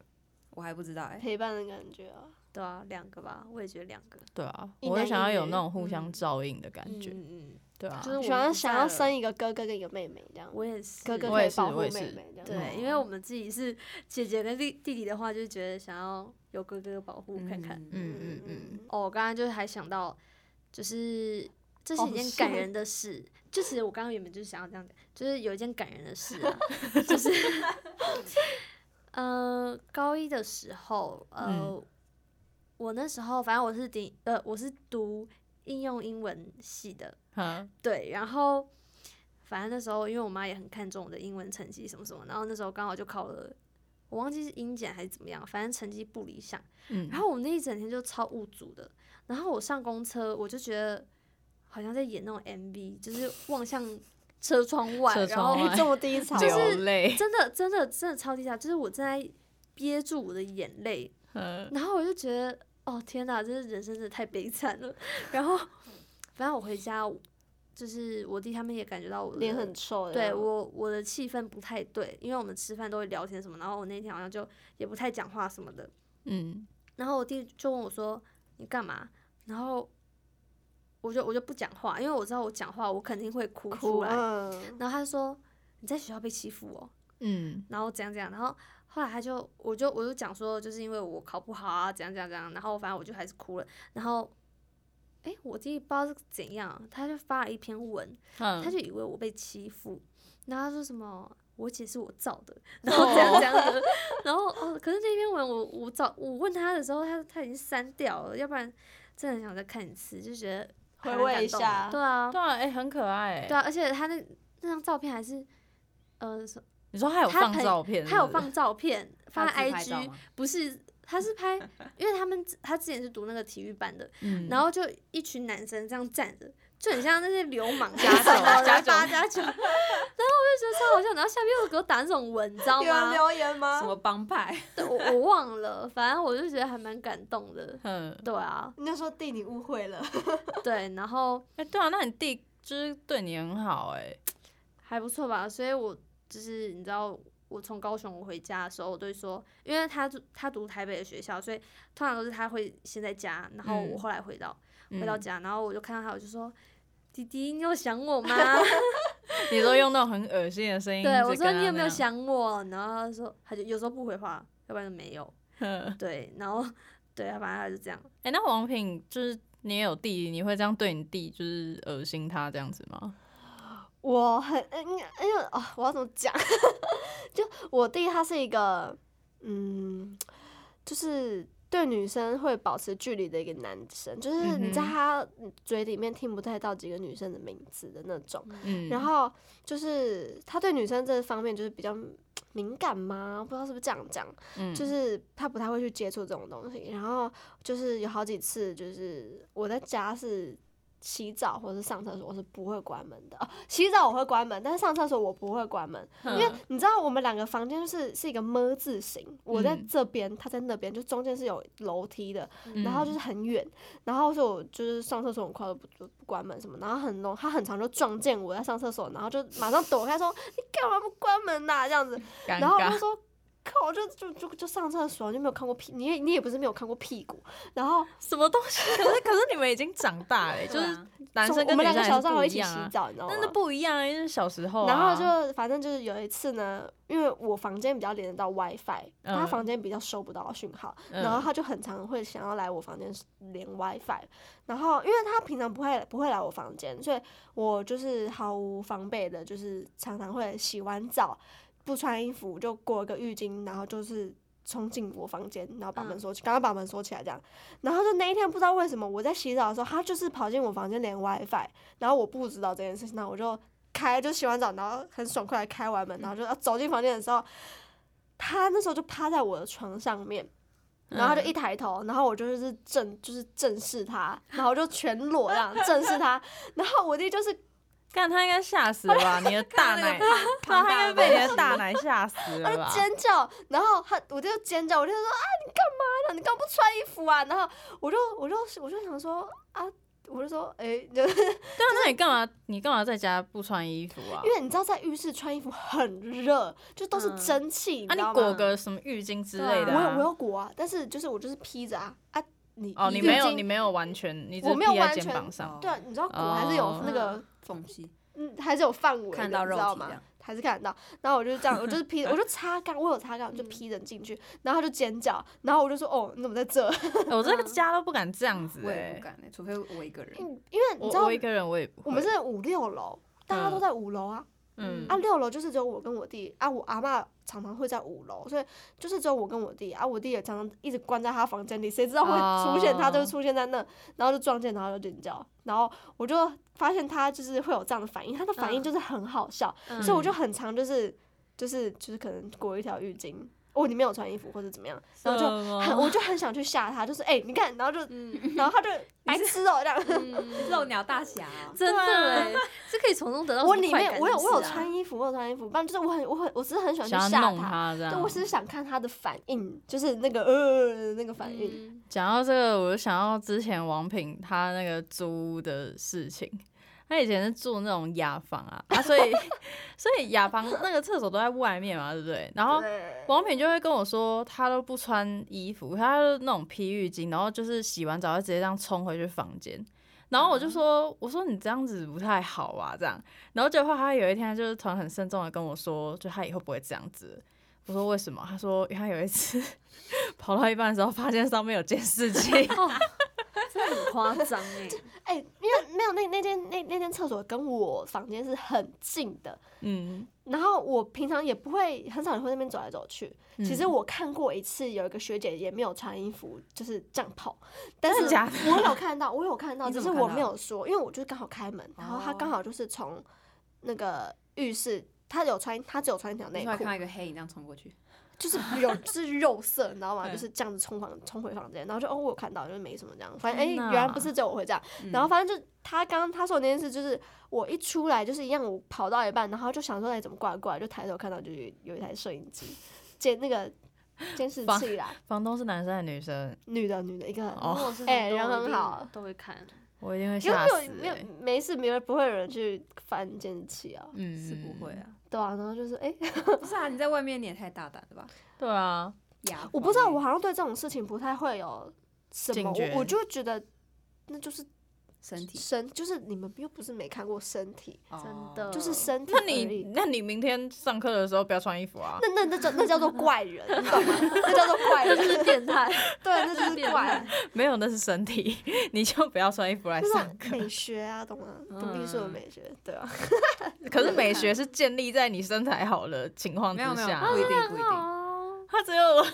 我还不知道哎、陪伴的感觉啊，对啊，两个吧，我也觉得两个。对啊，一我会男想要一有女那种互嗯相照应的感觉，嗯嗯对啊，就是我喜欢不想在要了生一个哥哥跟一个妹妹这样嗯，，我也是。哥哥我可也以是保护我妹也是妹这样。对，因为我们自己是姐姐跟弟弟弟的话，就是觉得想要有哥哥保护看看。嗯嗯嗯嗯，哦，我刚刚就是还想到，就是这是一件感人的事。就其实我刚刚原本就是想要这样讲，就是有一件感人的事啊，就是，呃，高一的时候，呃，嗯我那时候反正我是顶，呃，我是读应用英文系的，哈，对，然后反正那时候因为我妈也很看重我的英文成绩什么什么，然后那时候刚好就考了，我忘记是英检还是怎么样，反正成绩不理想。嗯，然后我那一整天就超无助的。然后我上公车，我就觉得好像在演那种 MV，就是望向车窗外，车窗然外后嗯 这么低潮，流泪， 真的真的真的超低下，就是我正在憋住我的眼泪， 嗯然后我就觉得，哦天哪，这是人生真的太悲惨了。然后，反正我回家，就是我弟他们也感觉到我的脸很臭的。对我我的气氛不太对，因为我们吃饭都会聊天什么，然后我那天好像就也不太讲话什么的。嗯，然后我弟就问我说：“你干嘛？”然后我就我就不讲话，因为我知道我讲话我肯定会哭哭出来。嗯然后他就说：“你在学校被欺负哦。”嗯然后怎样怎样，然后后来他就，我就我就讲说，就是因为我考不好啊，怎样怎样怎样，然后反正我就还是哭了，然后，诶，我弟不知道是怎样，他就发了一篇文，嗯，他就以为我被欺负，然后他说什么。我姐是我造的，然后怎样怎样的，然后哦，可是那篇文我我找我问他的时候，他他已经删掉了，要不然真的很想再看一次，就觉得还回蛮味感一动的下对啊，对啊，哎、很可爱、欸，对啊，而且他那那张照片还是，呃，什你说他有他放朋照片他有是不是放照片，发他有自拍照 IG，吗不是，他是拍，因为他们之他之前是读那个体育班的，嗯，然后就一群男生这样站着，就很像那些流 氓啊家九加家九加九，然后我就觉得超好笑，然后下面又给我打那种文，你知道有人吗？留言吗什？么帮派？对我我忘了，反正我就觉得还蛮感动的。嗯，对啊，你就说弟，你误会了。 对，然后哎、对啊，那你弟就是对你很好、欸，还不错吧，所以我就是你知道。我从高雄回家的时候，我都会说，因为他住他读台北的学校，所以通常都是他会先在家，然后我嗯后来回到哎，回到嗯家，然后我就看到他，我就说：“弟弟，你有想我吗？”你说用那种很恶心的声音，对我说：“你有没有？想我？”然后他就说：“他就有时候不回话，要不然就没有。嗯”对，然后对，反正他就这样。哎、那王品就是你也有弟，你会这样对你弟，就是恶心他这样子吗？我很，嗯，哎呦，哦，我要怎么讲？ 就我弟他是一个，嗯，就是对女生会保持距离的一个男生，就是你在嗯哼他嘴里面听不太到几个女生的名字的那种。嗯，然后就是他对女生这方面就是比较敏感嘛，不知道是不是这样讲，嗯就是他不太会去接触这种东西。然后就是有好几次，就是我在家是洗澡或是上厕所，我是不会关门的。哦洗澡我会关门，但是上厕所我不会关门，因嗯为你知道我们两个房间就是是一个么字形，我在嗯这边，他在那边，就中间是有楼梯的，嗯然后就是很远，然后所以我就是上厕所很快都不不不关门什么，然后很浓，他很常就撞见我在上厕所，然后就马上躲开说你干嘛不关门呐、这样子，嗯尴然后我就尬，说。靠！我就就就就上厕所，你就没有看过屁，你也你也不是没有看过屁股。然后什么东西？ 可是可是你们已经长大了、欸，就对是啊男从生我跟女们两生个还小是时候还不会一一起样洗啊，澡，你知道吗？那那不一样啊，因为是小时候、啊，然后就反正就是有一次呢，因为我房间比较连得到 WiFi，、嗯他房间比较收不到讯号，嗯然后他就很常会想要来我房间连 WiFi，然后因为他平常不会不会来我房间，所以我就是毫无防备的，就是常常会洗完澡不穿衣服就裹个浴巾，然后就是。冲进我房间，然后把门嗯锁起，刚刚把门锁起来这样。然后就那一天不知道为什么我在洗澡的时候，他就是跑进我房间连 WiFi，然后我不知道这件事情，那我就开就洗完澡，然后很爽快的开嗯完门，然后就要走进房间的时候，他那时候就趴在我的床上面，嗯然后他就一抬头，然后我就是正就是正视他，然后我就全裸这样正视 他，然后我弟就是看他应该吓死了 吧？你的大奶，对啊，他应该被你的大奶吓死他了就吧？呃尖叫，然后他我就尖叫，我就说啊你干嘛呢？你干嘛不穿衣服啊？然后我就我就我就想说啊。我就说，哎、就对啊，那你干嘛？你干嘛在家不穿衣服啊因？为你知道，在浴室穿衣服很热，就都是嗯蒸汽，啊，知道你吗？裹个什么浴巾之类我的、有啊？我有裹啊，但是就是我就是披着啊啊，你哦，你浴没有，巾你没有完全，你只我是没有披在完肩全膀上。对啊，你知道裹还是有哦那个缝隙嗯，还是有范围的，看到你肉知道体这吗样？，还是看得到。然后我就这样，我就是披，我就擦干，我有擦干，我就披着进嗯去。然后他就尖叫，然后我就说：“哦，你怎么在这。哎我这个家都不敢这样子我也哎、不敢欸，除非我一个人？”嗯因为你我知道我一，个人我也不我会们是五六楼，大家都嗯在五楼啊。嗯啊，六楼就是只有我跟我弟啊，我阿嬷常常会在五楼，所以就是只有我跟我弟啊，我弟也常常一直关在他房间里，谁知道会出现，他就哦出现在那，然后就撞见，然后就尖叫，然后我就发现他就是会有这样的反应，他的反应嗯就是很好笑，嗯所以我就很常就是就是就是可能裹一条浴巾，哦，你没有穿衣服或者怎么样，然后就很我就很想去吓他，就是哎、你看，然后就嗯然 后他就白痴哦、这样。漏鸟大侠哦，真的哎，是可以从中得到 我什么里快面感我有是不我有是啊穿衣服，我有穿衣服，不然就是我很我很我只是很喜欢去想吓要弄他这样嗯对，。我只是想看他的反应，就是那个呃那个反应。嗯讲到这个，我就想到之前王品他那个租屋的事情。他以前是住那种雅房啊，啊，所以 所以雅房那个厕所都在外面嘛，对不对？然后对王品就会跟我说，他都不穿衣服，他就那种披浴巾，然后就是洗完澡就直接这样冲回去房间。然后啊我就说，我说你这样子不太好啊，这样。然后结果他有一天他就是突然很慎重的跟我说，就他以后不会这样子了。我说为什么？他说因为他有一次 跑到一半的时候，发现上面有监视 嗯器。哦真的很夸张 哎、哎，因为没有那那间那那间厕所跟我房间是很近的，嗯，然后我平常也不会很少人会在那边走来走去。其实嗯我看过一次，有一个学姐也没有穿衣服，就是这样跑，但真是的假的我有看到，我有看到， 你只怎是么看我到没有说，因为我就是刚好开门，然后她哦刚好就是从那个浴室。她有穿，她只有穿一条内你裤突然，看到一个黑影这样冲过去，就是有 就是肉色，你知道吗？嗯就是这样子冲房冲回房间，然后就哦，我有看到，就是没什么这样。反正哎、天哪原来不是只有我会这样。嗯然后反正就他刚他说的那件事，就是我一出来就是一样，我跑到一半，然后就想说哎、怎么怪怪，就抬头看到就是有有一台摄影机监那 个监视房器啦，房东是男生还是女生？女的女的一个。哦如果是哎很多人我很一定好都会看，我一定因会为吓死、欸。没有没有没事，没人不会有人去翻监视器啊，嗯，是不会。啊，对啊，然后就是哎、 不是啊，你在外面你也太大胆了吧？对啊，呀，我不知道，我好像对这种事情不太会有什么，警觉我我就会觉得那就是身体身，就是你们又不是没看过身体，真哦的就是身体那而你已。那你明天上课的时候不要穿衣服啊。那那那叫那叫做怪人，你懂吗？那叫做怪这就是人，变态， 对，那就是怪人，没有，那是身体， 你就不要穿衣服来那上种课。美学啊，懂吗？懂艺术的美学，对啊。可是美学是建立在你身材好的情况之没有没有，下不，一定不一好定，啊他只有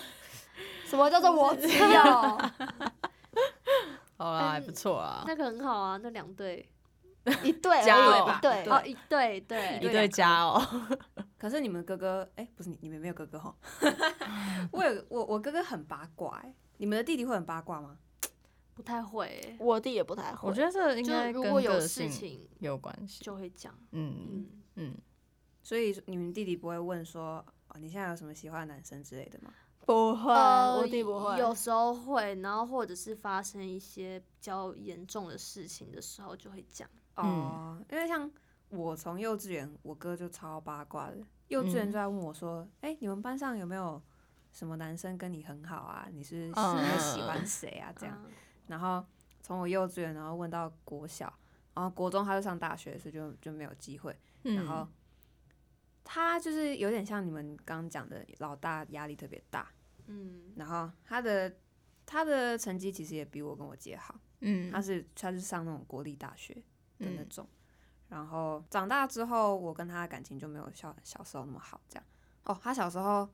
什么叫做我哦只要？好哎啦，还不错啊，那个很好啊，那两对一对而已加对吧一对对哦，一对对啊一对家哦，可是你们哥哥，哎、不是你，你们没有哥 哥哈。我有我我哥哥很八卦哎、你们的弟弟会很八卦吗？不太会欸，我弟也不太会我。觉得这应就该如跟果有个事性情有关系。就会讲，嗯嗯，嗯，所以你们弟弟不会问说，哦，你现在有什么喜欢的男生之类的吗？不会，呃，我弟不会。有时候会，然后或者是发生一些比较严重的事情的时候就会讲，哦、因为像我从幼稚园，我哥就超八卦的，幼稚园就在问我说，哎、你们班上有没有什么男生跟你很好啊？你是是不是喜欢谁啊？这样。嗯然后从我幼稚园，然后问到国小，然后国中他就上大学，所以就就没有机会。然后嗯，他就是有点像你们刚刚讲的老大压力特别大，嗯，然后他的他的成绩其实也比我跟我姐好，嗯他是他是上那种国立大学的那嗯种，然后长大之后我跟他的感情就没有小小时候那么好，这样哦，他小时候。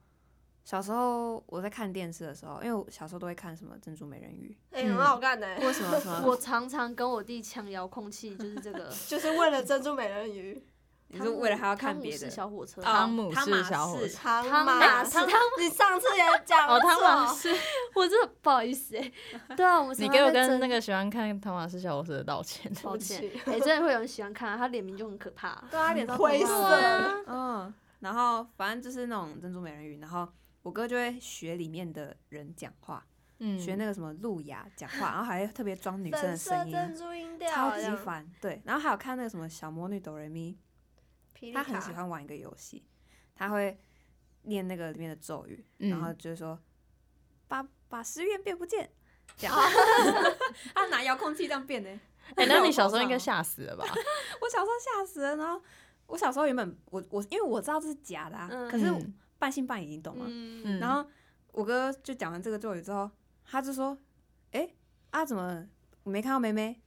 小时候我在看电视的时候，因为我小时候都会看什么《珍珠美人鱼哎嗯看呢》，或什么什么，我常常跟我弟抢遥控器，就是这个，就是为了珍珠美人鱼。 你是为了还要看别的汤姆士小火车，哦汤姆汤士马小火士 车汤汤马马士士汤，你上次也讲哦，汤马错 士，我真的不好意思哎、对啊，我们你常给常我在跟争那个喜欢看汤马士小火车的道歉。抱哦不歉起， 哎、真的会有人喜欢看、啊，他脸名就很可怕、对啊，脸灰灰色色，嗯，然后反正就是那种珍珠美人鱼，然后我哥就会学里面的人讲话，嗯，学那个什么路亚讲话，然后还特别装女生的粉色声音，珍珠音调，超这级样烦。对，然后还有看那个什么小魔女哆瑞咪，霹雳她很喜卡欢玩一个游戏，她会念那个里面的咒语，嗯然后就是说把把十元变不见，这样。 她拿遥控器这样变呢、哎，那你小时手候上应该哦吓死了吧？我小时候吓死了，然后我小时候原本我我因为我知道这是假的、啊，嗯可是嗯半信半疑，你懂吗？嗯，然后我哥就讲完这个咒语之后，他就说：“哎、啊怎么我没看到梅梅？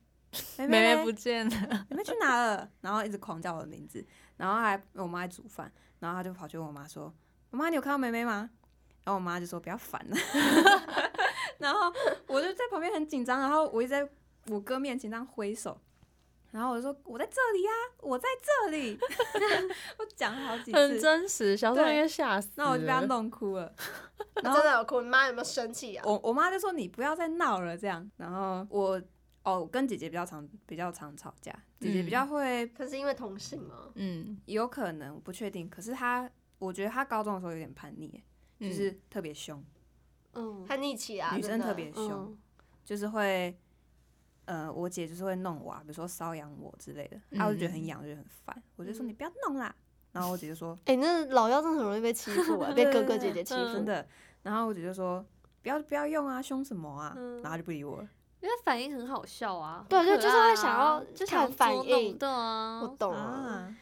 梅妹妹嘞不见了，你们去哪了？然后一直狂叫我的名字，然后还我妈还煮饭，然后她就跑去问我妈说：“妈妈，你有看到妹妹吗？”然后我妈就说：“不要烦了。” 然后我就在旁边很紧张，然后我一直在我哥面前这样挥手，然后我就说：“我在这里呀、我在这里。” 我讲了好几很次，真实，小时候应该吓死了。那我就被她弄哭了。然后真的有哭，你妈有没有生气啊？我我妈就说你不要再闹了这样。然后我哦，我跟姐姐比较常比较常吵架，姐姐比较会，可是因为同性嘛，嗯，有可能我不确定，可是她我觉得她高中的时候有点叛逆耶，嗯就是特别凶，嗯，叛逆期啊，女真生的特别凶，嗯就是会。呃，我姐就是会弄我、啊，比如说瘙痒我之类的，啊，我就觉得很痒，我就觉得很烦，我就说嗯你不要弄啦。然后我姐就说哎、那老幺真的很容易被欺负 啊，被哥哥姐姐欺嗯负真。的，然后我姐就说不要不要用啊，凶什么啊，嗯然后她就不理我了。因为反应很好笑啊，对很可就就是会爱啊想要就看想反捉弄应的啊。我懂啊， 啊，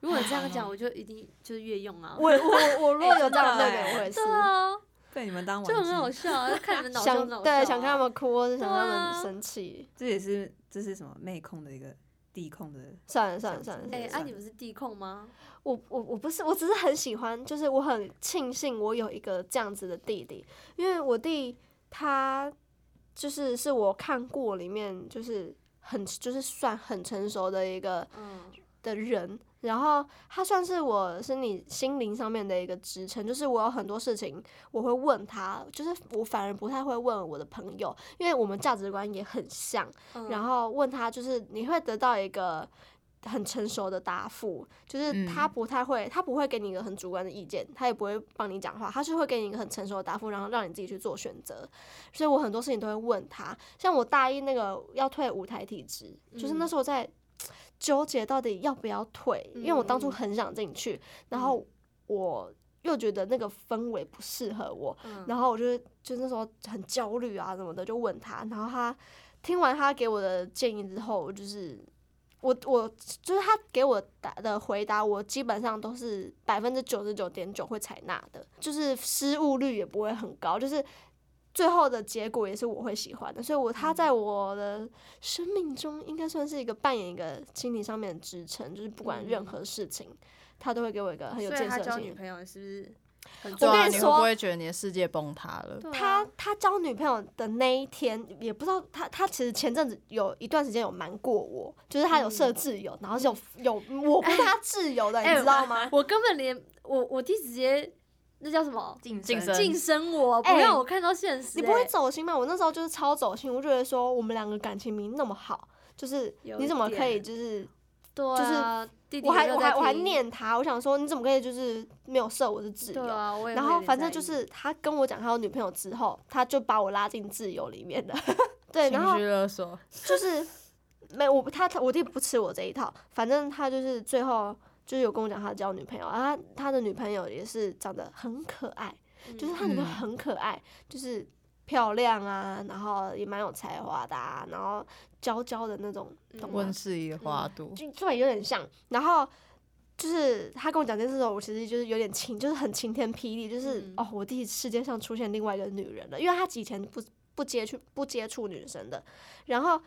如果你这样讲，我就一定就是越用啊。我我我如果有这哎样的妹妹，真的欸我也是对，啊，被你们当玩就很具好笑，啊，看你 们脑想中脑对想看他们哭，或者想对看啊他们生气。这也是这是什么妹控的一个地控的，算了算了算了，想算哎，了啊，你们是地控吗？我我我不是，我只是很喜欢，就是我很庆幸我有一个这样子的弟弟，因为我弟他就是是我看过里面就是很就是算很成熟的一个嗯，的人，然后他算是我是你心灵上面的一个支撑，就是我有很多事情我会问他，就是我反而不太会问我的朋友，因为我们价值观也很像，嗯然后问他就是你会得到一个很成熟的答复，就是嗯他不太会，他不会给你一个很主观的意见，他也不会帮你讲话，他是会给你一个很成熟的答复，然后让你自己去做选择。所以我很多事情都会问他，像我大一那个要退舞台体制，就是那嗯时候我在纠结到底要不要退，因为我当初嗯嗯很想进去，然嗯后我又觉得那个氛围不适合我，嗯然后我就就那时候很焦虑啊什么的，就问他，然后他听完他给我的建议之后，我就是我我就是他给我答的回答，我基本上都是百分之九十九点九会采纳的，就是失误率也不会很高，就是。最后的结果也是我会喜欢的，所以我他嗯在我的生命中应该算是一个扮演一个心理上面的支撑，就是不管任嗯何事情，他都会给我一个很有所以建他设交性女的朋友是不是很我重对啊，要？跟你你会说不会觉得你的世界崩塌了？对啊他他交女朋友的那一天，也不知道他他其实前阵子有一段时间有瞒过我，就是他有设挚友，然后是有有我不是他挚友的，嗯哎你知道吗？ 我根本连我我弟直接那叫什么竞竞争晋升我，不哎让我看到现实。你不会哎走心吗？我那时候就是超走心，我就觉得说我们两个感情明明那么好，就是有你一怎么可以点就是对就是啊，弟弟我还有我没有在还我还听念他，我想说你怎么可以就是没有设我是挚对友？啊，我也然会有后点反正在就意是他跟我讲他有女朋友之后，他就把我拉进挚友里面了。 对，然后情绪勒索，就是没我他他我弟不吃我这一套，反正他就是最后就是有跟我讲他交女朋友，啊他他的女朋友也是长得很可爱，就是他女朋友嗯很可爱，就是漂亮啊，然后也蛮有才华的、啊，然后娇娇的那种，嗯懂吗温？室里的花朵。嗯就对，有点像，然后。就是他跟我讲这件事的时候，我其实就是有点晴，就是很晴天霹雳，就是、嗯哦，我弟世界上出现另外一个女人了，因为他以前不不接触不接触女生的，然后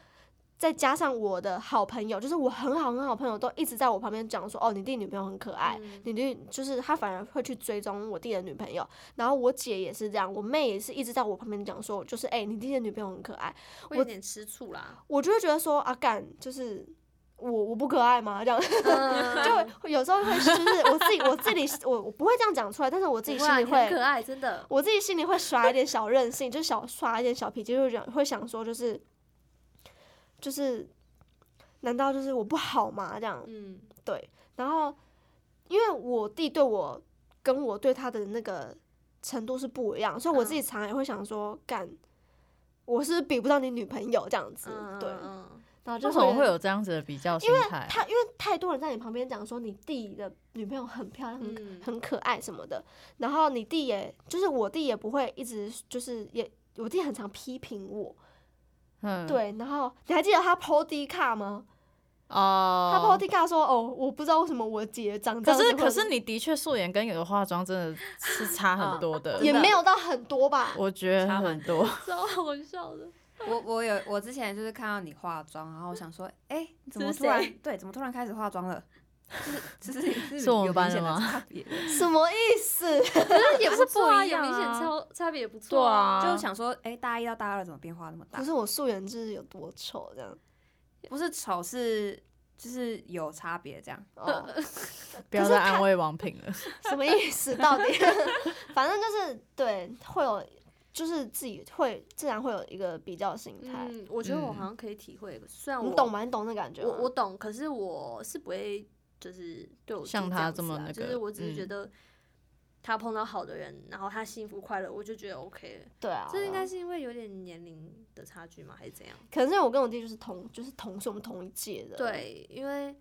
再加上我的好朋友，就是我很好很好朋友都一直在我旁边讲说，哦，你弟女朋友很可爱，嗯你弟就是他反而会去追踪我弟的女朋友，然后我姐也是这样，我妹也是一直在我旁边讲说，就是哎、你弟的女朋友很可爱，会我 有点吃醋啦。我就会觉得说啊，干就是。我我不可爱吗？这样嗯就有时候会就是我自己我自己我我不会这样讲出来，但是我自己不心会啊里你很会可爱，真的。我自己心里会耍一点小任性，就是小耍一点小脾气，就是想会想说，就是就是，难道就是我不好吗？这样嗯，对。然后，因为我弟对我跟我对他的那个程度是不一样，所以我自己嗯常常也会想说，干，我是不是比不到你女朋友这样子，嗯对。嗯然后就为什么会有有这样子的比较心态？他，因为太多人在你旁边讲说你弟的女朋友很漂亮，很可嗯很可爱什么的。然后你弟也就是我弟也不会一直就是也我弟很常批评我，嗯，对。然后你还记得他 PO D 卡吗？他 PO 哦。 D 卡说哦，我不知道为什么我姐长这可样子是会，可是你的确素颜跟有的化妆真的是 差很多的，嗯也没有到很多吧？我觉得差蛮很多。超好笑的。 我我有我之前就是看到你化妆，然后我想说，哎、你怎么是突谁然对，怎么突然开始化妆了？就是就是是我们有明班的显的吗差别，什么意思？但也不是不啊，一有样明显啊超差别也不对错啊 就想说，哎、大一到大二怎么变化那么大不？是我素颜就是有多丑这样？不是丑，是就是有差别这样。哦，不要可是他再安慰王品了。什么意思？到底？ 反正就是对，会有就是自己会自然会有一个比较心态。嗯，我觉得我嗯好像可以体会，虽然我你懂吗？你懂那感觉吗？我我懂，可是我是不会就是对我弟像这他样这子么啦那就个是我只是觉嗯得他碰到好的人，然后他幸福快乐，我就觉得 OK 了。对啊，这应该是因为有点年龄的差距吗？还是怎样？可能是因为我跟我弟就是同就是同是我们同一届的，，对，因为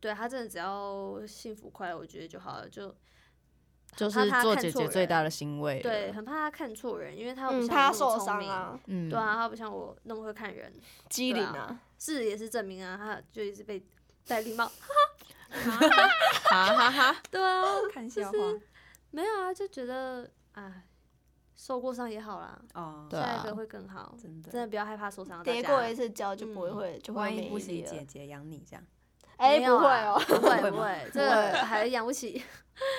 对他真的只要幸福快乐，我觉得就好了。就就怕是他做看姐错姐最大人的欣慰了。对，很怕他看错人，因为他嗯，不怕像他受我那么聪伤明。啊，嗯，对啊，他不像我那么会看人，机灵对啊，是也是证明啊，他就一直被戴绿帽。哈哈哈， 对啊，看笑笑话话没有啊，就觉得啊，受过伤也好啦，哦，对下一啊个，会更好。真真的的。不要害怕受伤，大跌家嗯过一次跤就不会会就会万一没不力行，了姐，姐养你这样，哎，没不有会啊哦， 不会会不吗会，这不会个还养不起，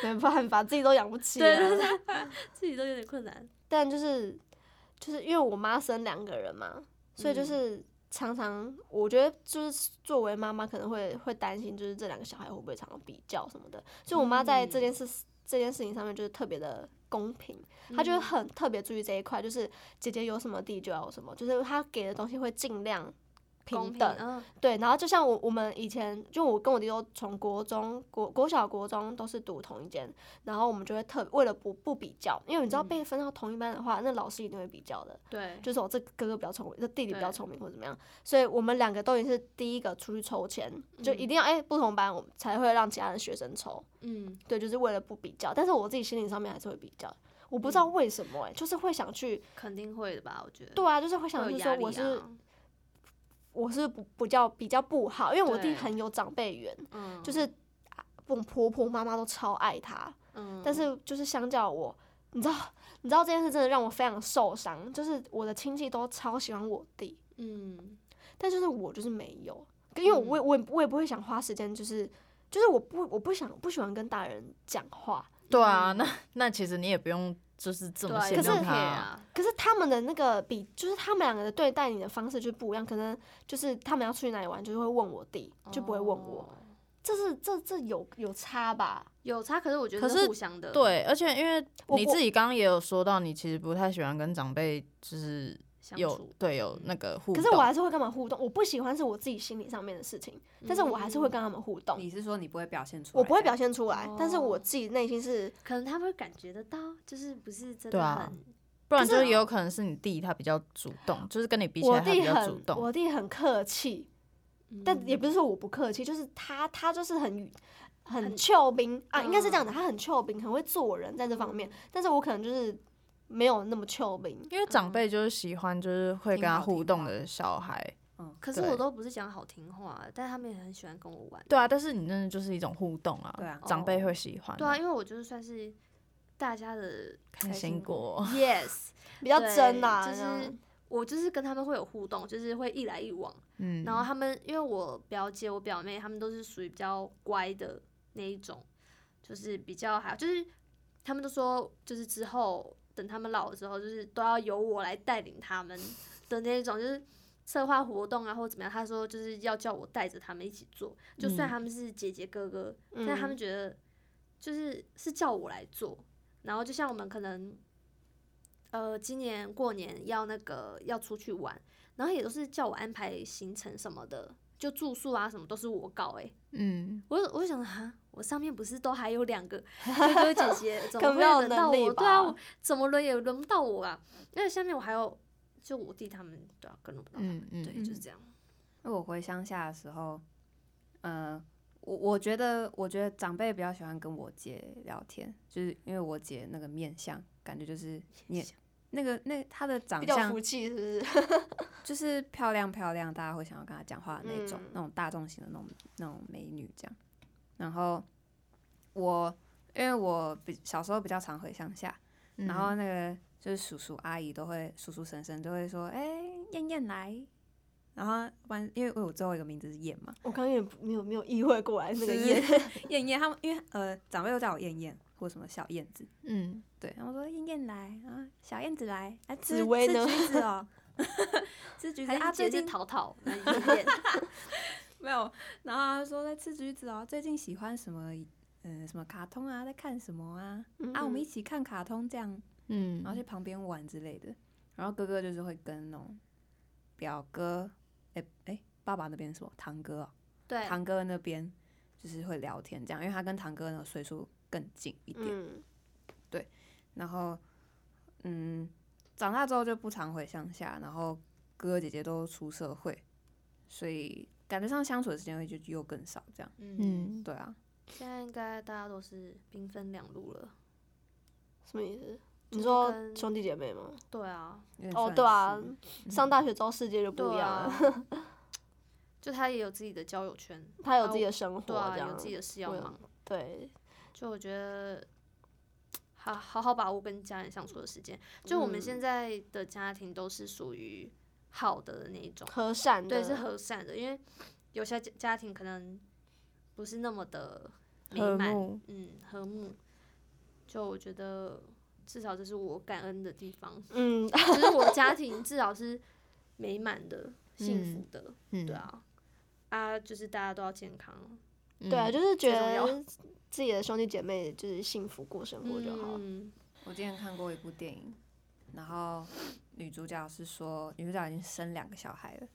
没办法，自己都养不起啊，对对 自己都有点困难。但就是就是因为我妈生两个人嘛，所以就嗯是常常我觉得就是作为妈妈可能会会担心，就是这两个小孩会不会常常比较什么的。所以我妈在这嗯件事、这件事情上面就是特别的公平，她就是嗯很特别注意这一块，就是姐姐有什么弟就要有什么，就是她给的东西会尽量公平平等。嗯对，然后就像我我们以前，就我跟我弟都从国中、国国小、国中都是读同一间，然后我们就会特为了不不比较，因为你知道嗯被分到同一班的话，那老师一定会比较的，对，就是我这哥哥比较聪明，这弟弟比较对聪明或者怎么样，所以我们两个都已经是第一个出去抽签，就一定要哎、不同班，我们才会让其他的学生抽，嗯，对，就是为了不比较，但是我自己心理上面还是会比较。我不知道嗯为什么哎、就是会想去，肯定会的吧？我觉得对啊，就是会会想有去压说力我是、啊，我是不不叫比较不好，因为我对弟很有长辈缘，嗯，就是啊我婆婆妈妈都超爱他，嗯，但是就是相较我，你知道， 你知道这件事真的让我非常受伤，就是我的亲戚都超喜欢我弟，嗯但就是我就是没有，因为我也我也我也不会想花时间，就是就是我不我不想不喜欢跟大人讲话，对啊，那那其实你也不用就是这对么啊，嗯限也可制不是可他以啊。啊，可是他们的那个比就是他们两个的对待你的方式就不一样，可能就是他们要出去哪里玩，就是会问我弟，就不会问我，哦。这是这这有有差吧？有差，可是我觉得可是互相的对，而且因为我你我自己刚刚也有说到，你其实不太喜欢跟长辈就是相有处，对有那个互可动。是我还是会跟他们互动，我不喜欢是我自己心理上面的事情，但是我还是会跟他们互动。你是说你不会表现出来？我不会表，现出来，但是我哦自己内心是可能他们会感觉得到，就是不是真对的啊很不然可就是是也有可能是你弟他比较主动，就是跟你比起我来他弟比较主很动。我弟很客气，嗯但也不是说我不客气，就是他他就是很很很俏兵啊，应该是这样的，嗯他很俏兵，很会做人在这方面，但是我可能就是没有那么俏兵。因为长辈就是喜欢就是会跟听他好听互动话的小孩。嗯，可是对我都不是讲好听话，但他们也很喜欢跟我玩。对啊，但是你真的就是一种互动啊，对啊长辈哦会喜欢、对啊，因为我就是算是大家的开心心果。 ，yes，比较对真啦、就是这样我就是跟他们会有互动，就是会一来一往。嗯，然后他们因为我表姐、我表妹，他们都是属于比较乖的那一种，就是比较还就是他们都说，就是之后等他们老了之后，就是都要由我来带领他们的那一种，就是策划活动啊，或者怎么样，他说就是要叫我带着他们一起做，就虽嗯然他们是姐姐哥哥，嗯但他们觉得就是是叫我来做，然后就像我们可能。呃，今年过年要那个要出去玩，然后也都是叫我安排行程什么的，就住宿啊什么都是我搞哎、欸嗯，我就我就想哈，我上面不是都还有两个哥哥姐姐，怎么更会没有轮能到力我？对啊，吧我怎么轮也轮不到我啊！因为下面我还有就我弟他们，对啊，更轮不到他们。嗯嗯对，嗯就是这样。因为我回乡下的时候，呃，我我觉得，我觉得长辈比较喜欢跟我姐聊天，就是因为我姐那个面相，感觉就是面相那个那她的长比较相福气，是不是？就是漂亮漂亮，大家会想要跟她讲话的那种，嗯那种大众型的那种那种美女这样。然后我因为我比小时候比较常回乡下，嗯然后那个就是叔叔阿姨都会，叔叔婶婶都会说：“哎、燕燕来。”然后完，因为我最后一个名字是燕嘛，我刚刚也没有没有意会过来那个是夜，燕燕他们因为呃长辈都叫我燕燕或什么小燕子，嗯，对，他们说燕燕来啊，小燕子来，啊紫吃薇吃呢橘子哦，吃橘子还是啊，啊，最姐姐近淘淘，那你念没有，然后他说在吃橘子哦，最近喜欢什么嗯、呃什么卡通啊，在看什么啊，嗯啊我们一起看卡通这样，嗯，然后去旁边玩之类的。然后哥哥就是会跟那种表哥，哎、哎、爸爸那边是什么堂哥、哦，对，堂哥那边就是会聊天这样，因为他跟堂哥那个岁数更近一点。嗯，然后，嗯，长大之后就不常回乡下，然后哥哥姐姐都出社会，所以感觉上相处的时间会就又更少这样。嗯，嗯，对啊，现在应该大家都是兵分两路了。什么意思？你就是说跟兄弟姐妹吗？对啊，有点哦，算对啊是，上大学之后世界就不一对样啊了，， 就他也有自己的交友圈，他有啊自己的生活，对啊，这样有自己的事要我有忙。对，就我觉得，好好好把握跟家人相处的时间。就我们嗯现在的家庭都是属于好的那一种，和善的，对，是和善的，因为有些家家庭可能不是那么的美和满，睦，嗯，和睦。就我觉得，至少这是我感恩的地方，嗯，就是我家庭至少是美满的、幸福的，嗯，对，啊。啊，就是大家都要健康，嗯对啊，就是觉最重要得自己的兄弟姐妹就是幸福过生活就好。嗯，我之前看过一部电影，然后女主角是说，女主角已经生两个小孩了。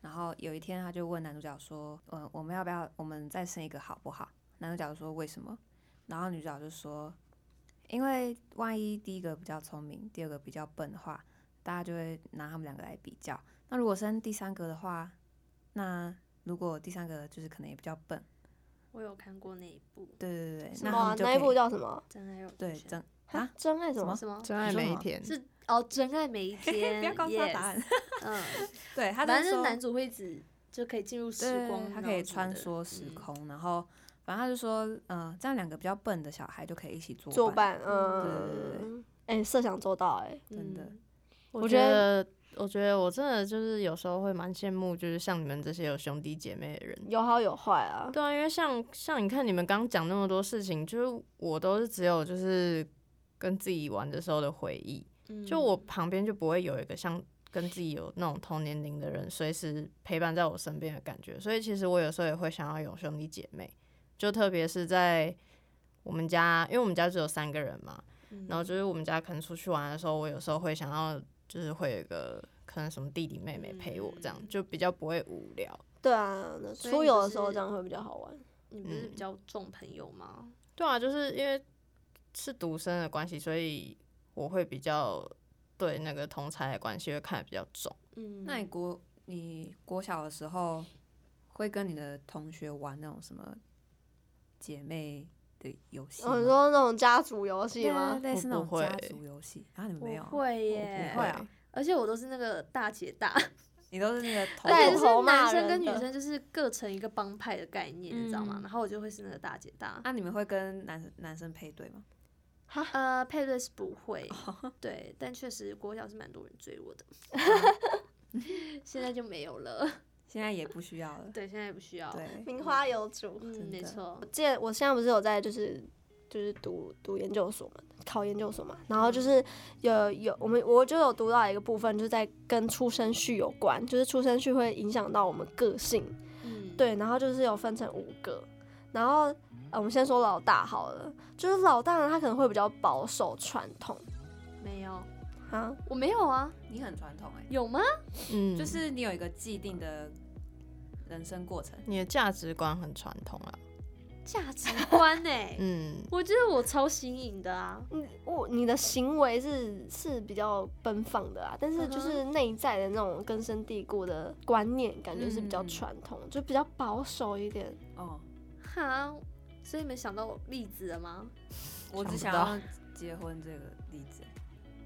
然后有一天，她就问男主角说：“嗯，我们要不要我们再生一个好不好？”男主角就说：“为什么？”然后女主角就说：“因为万一第一个比较聪明，第二个比较笨的话，大家就会拿他们两个来比较。那如果生第三个的话，那如果第三个就是可能也比较笨，我有看过那一部《对对对对，什那么他啊们就那一可部以叫什嗯么？真爱有你对 选真啊，真爱什么？哦什么？真你爱说每什一么天，是哦，真爱每 一天，不要告诉他答案 yes，。嗯， 对，他就反正说男主会一直就可以进入时对，光，他然可以后什么穿的梭时。嗯空，然后反正他就说，嗯、这样两个比较笨的小孩就可以一起作作伴，伴。对对对嗯，哎，设想做到，哎，真的嗯我我觉觉得，我觉得我真的就是有时候会蛮羡慕，就是像你们这些有兄弟姐妹的人。有好有坏啊。对啊，因为像像你看，你们刚讲那么多事情，就是我都是只有就是跟自己玩的时候的回忆，嗯就我旁边就不会有一个像跟自己有那种同年龄的人随时陪伴在我身边的感觉，所以其实我有时候也会想要有兄弟姐妹，就特别是在我们家，因为我们家只有三个人嘛，嗯然后就是我们家可能出去玩的时候，我有时候会想要就是会有一个可能什么弟弟妹妹陪我，这样嗯就比较不会无聊。对啊，那所以出你游就的时候是这样会比较好玩。你不是嗯比较重朋友吗？对啊，就是因为是独生的关系，所以我会比较对那个同才的关系会看得比较重。嗯，那你国你国小的时候会跟你的同学玩那种什么姐妹的游戏吗？哦，你说那种家族游戏对啊，吗？类我似那不种家会族游戏，然后你们没有我啊？会耶不，会啊，而且我都是那个大姐 大，你都是那 个头而且对，带就头是男骂生跟人女的生就是各成一个帮派的概念，你知道吗？嗯然后我就会是那个大姐大。那、啊你们会跟男生男生配对 吗？呃，配对是不会， 对，但确实国小是蛮多人追我的，现在就没有了。 现在也不需要了。对，现在也不需要。对，名花有主。嗯，真没的错我。记得我现在不是有在就是就是读读研究所嘛，考研究所嘛，然后就是有有我们我就有读到一个部分，就是在跟出生序有关，就是出生序会影响到我们个性，嗯，对，然后就是有分成五个，然后、呃、我们先说老大好了，就是老大呢，他可能会比较保守传统没有，啊，我没有啊，你很传统哎、有吗？嗯，就是你有一个既定的人生过程，你的价值观很传统啊，价值观呢、欸嗯，我觉得我超新颖的啊，你嗯我你的行为是是比较奔放的啊，但是就嗯是内在的那种根深蒂固的观念，感觉是比较嗯传统，就比较保守一点。哦，哈，所以你们想到我例子了吗？我只想想不到要结婚这个例子，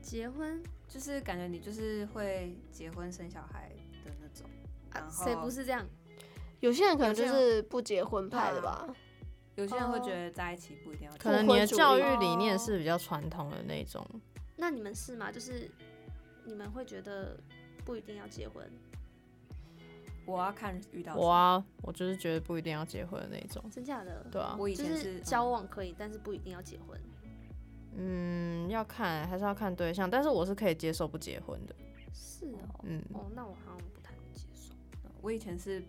结婚就是感觉你就是会结婚生小孩的那种，啊然，后谁不是这样？有些人可能有些就人是不结婚派的对吧啊，有些人会哦觉得在一起不一定要结可婚，能你的教育不婚理念哦是比较传统的那种，那你们是吗？就是你们会觉得不一定要结婚，我要看遇到我谁，啊，我就是觉得不一定要结婚的那种，真假的？对啊，我以就前嗯是是交往可以，但是不一定要结婚。嗯，要看还是要看对象，但是我是可以接受不结婚的，是哦，嗯，哦，那我好像不太能接受。嗯我以前是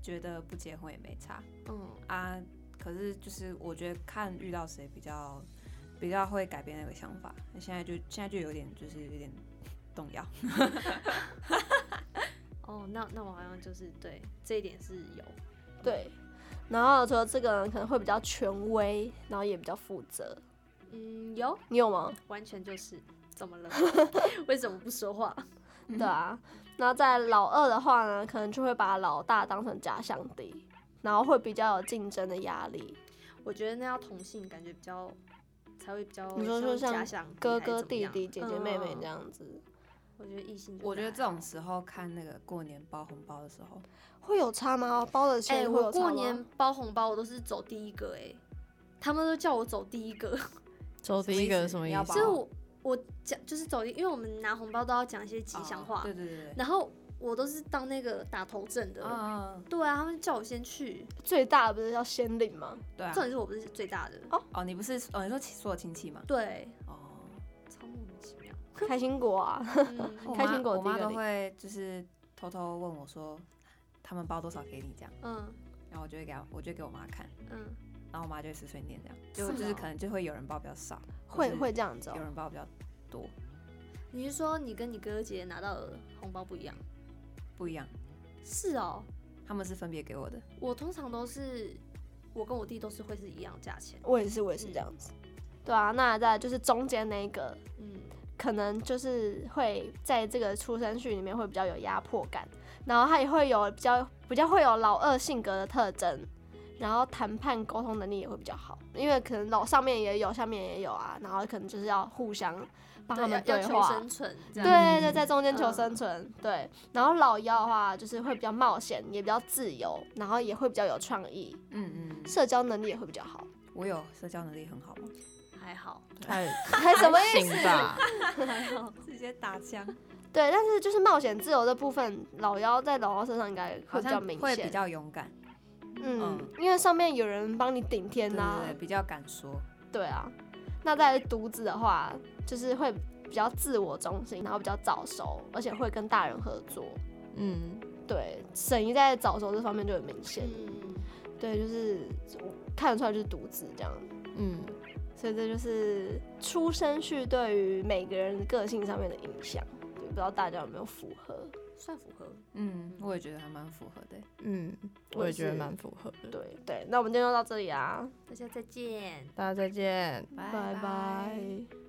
觉得不结婚也没差嗯，啊，可是就是我觉得看遇到谁比较比较会改变那个想法，那现在就现在就有点就是有点动摇，哦，那那我好像就是对这一点是有。对。啊然后除了这个人可能会比较权威，然后也比较负责。嗯，有，你有吗？完全就是怎么了？ 为什么不说话？对啊。然后在老二的话呢，可能就会把老大当成假想敌，然后会比较有竞争的压力。我觉得那要同性，感觉比较才会比较。你说说像假想敌哥还是哥、怎么弟样弟、姐姐、妹妹嗯这样子，我觉得异性就我觉得还这种时候看那个过年包红包的时候，会有差吗？包的哎、钱会我有差吗？过年包红包我都是走第一个哎、他们都叫我走第一个，哦周第一个是什什么么意意思思就你？是要包我我讲就是走第，因为我们拿红包都要讲一些吉祥哦话，对对对对，然后我都是当那个打头阵的。嗯，嗯嗯对啊，他们叫我先去，最大的不是要先领吗？对啊重，点是我不是最大的，哦，你不是哦，你说亲所有亲戚吗？ 对，哦，超莫名其妙。 开心果啊，嗯哦我开妈心果我妈第一个都零会就是偷偷问我说，他们包多少给你这样，嗯然后我就会给她，我就会给我妈看，嗯，然后我妈就会碎碎念这样，是就就是哦可能就会有人包比较少，或会是会这样子哦、有人包比较多，你是说你跟你哥哥姐姐拿到的红包不一样？不一样，是哦，他们是分别给我的，我通常都是我跟我弟都是会是一样价钱。我也是，我也是这样子。对啊，那再来就是中间那一个，嗯，可能就是会在这个出生序里面会比较有压迫感，然后他也会有比较比较会有老二性格的特征，然后谈判沟通能力也会比较好，因为可能老上面也有，下面也有啊，然后可能就是要互相帮他们要对要求话生。存这样。对对，嗯在中间求嗯生存，对。然后老幺的话，就是会比较冒险，也比较自由，然后也会比较有创意，嗯嗯，嗯社交能力也会比较好。我有社交能力很好吗？还好， 太还什么意行思？吧？还好，直接打枪，对，但是就是冒险自由的部分，老妖在老妖身上应该会好比较像明会比显。较勇敢，嗯嗯，因为上面有人帮你顶天对呐、对对，比较敢说，对啊，那在独子的话，就是会比较自我中心，然后比较早熟，而且会跟大人合作。嗯，对，沈怡在早熟这方面就很明显。嗯，对，就是看得出来就是独子这样。嗯，所以这就是出生序对于每个人个性上面的影响。对不知道大家有没有符合？算符合。嗯，我也觉得还蛮符合的，嗯，我也觉得蛮符合的。对对，那我们今天就到这里啊。大家再见。大家再见。拜拜。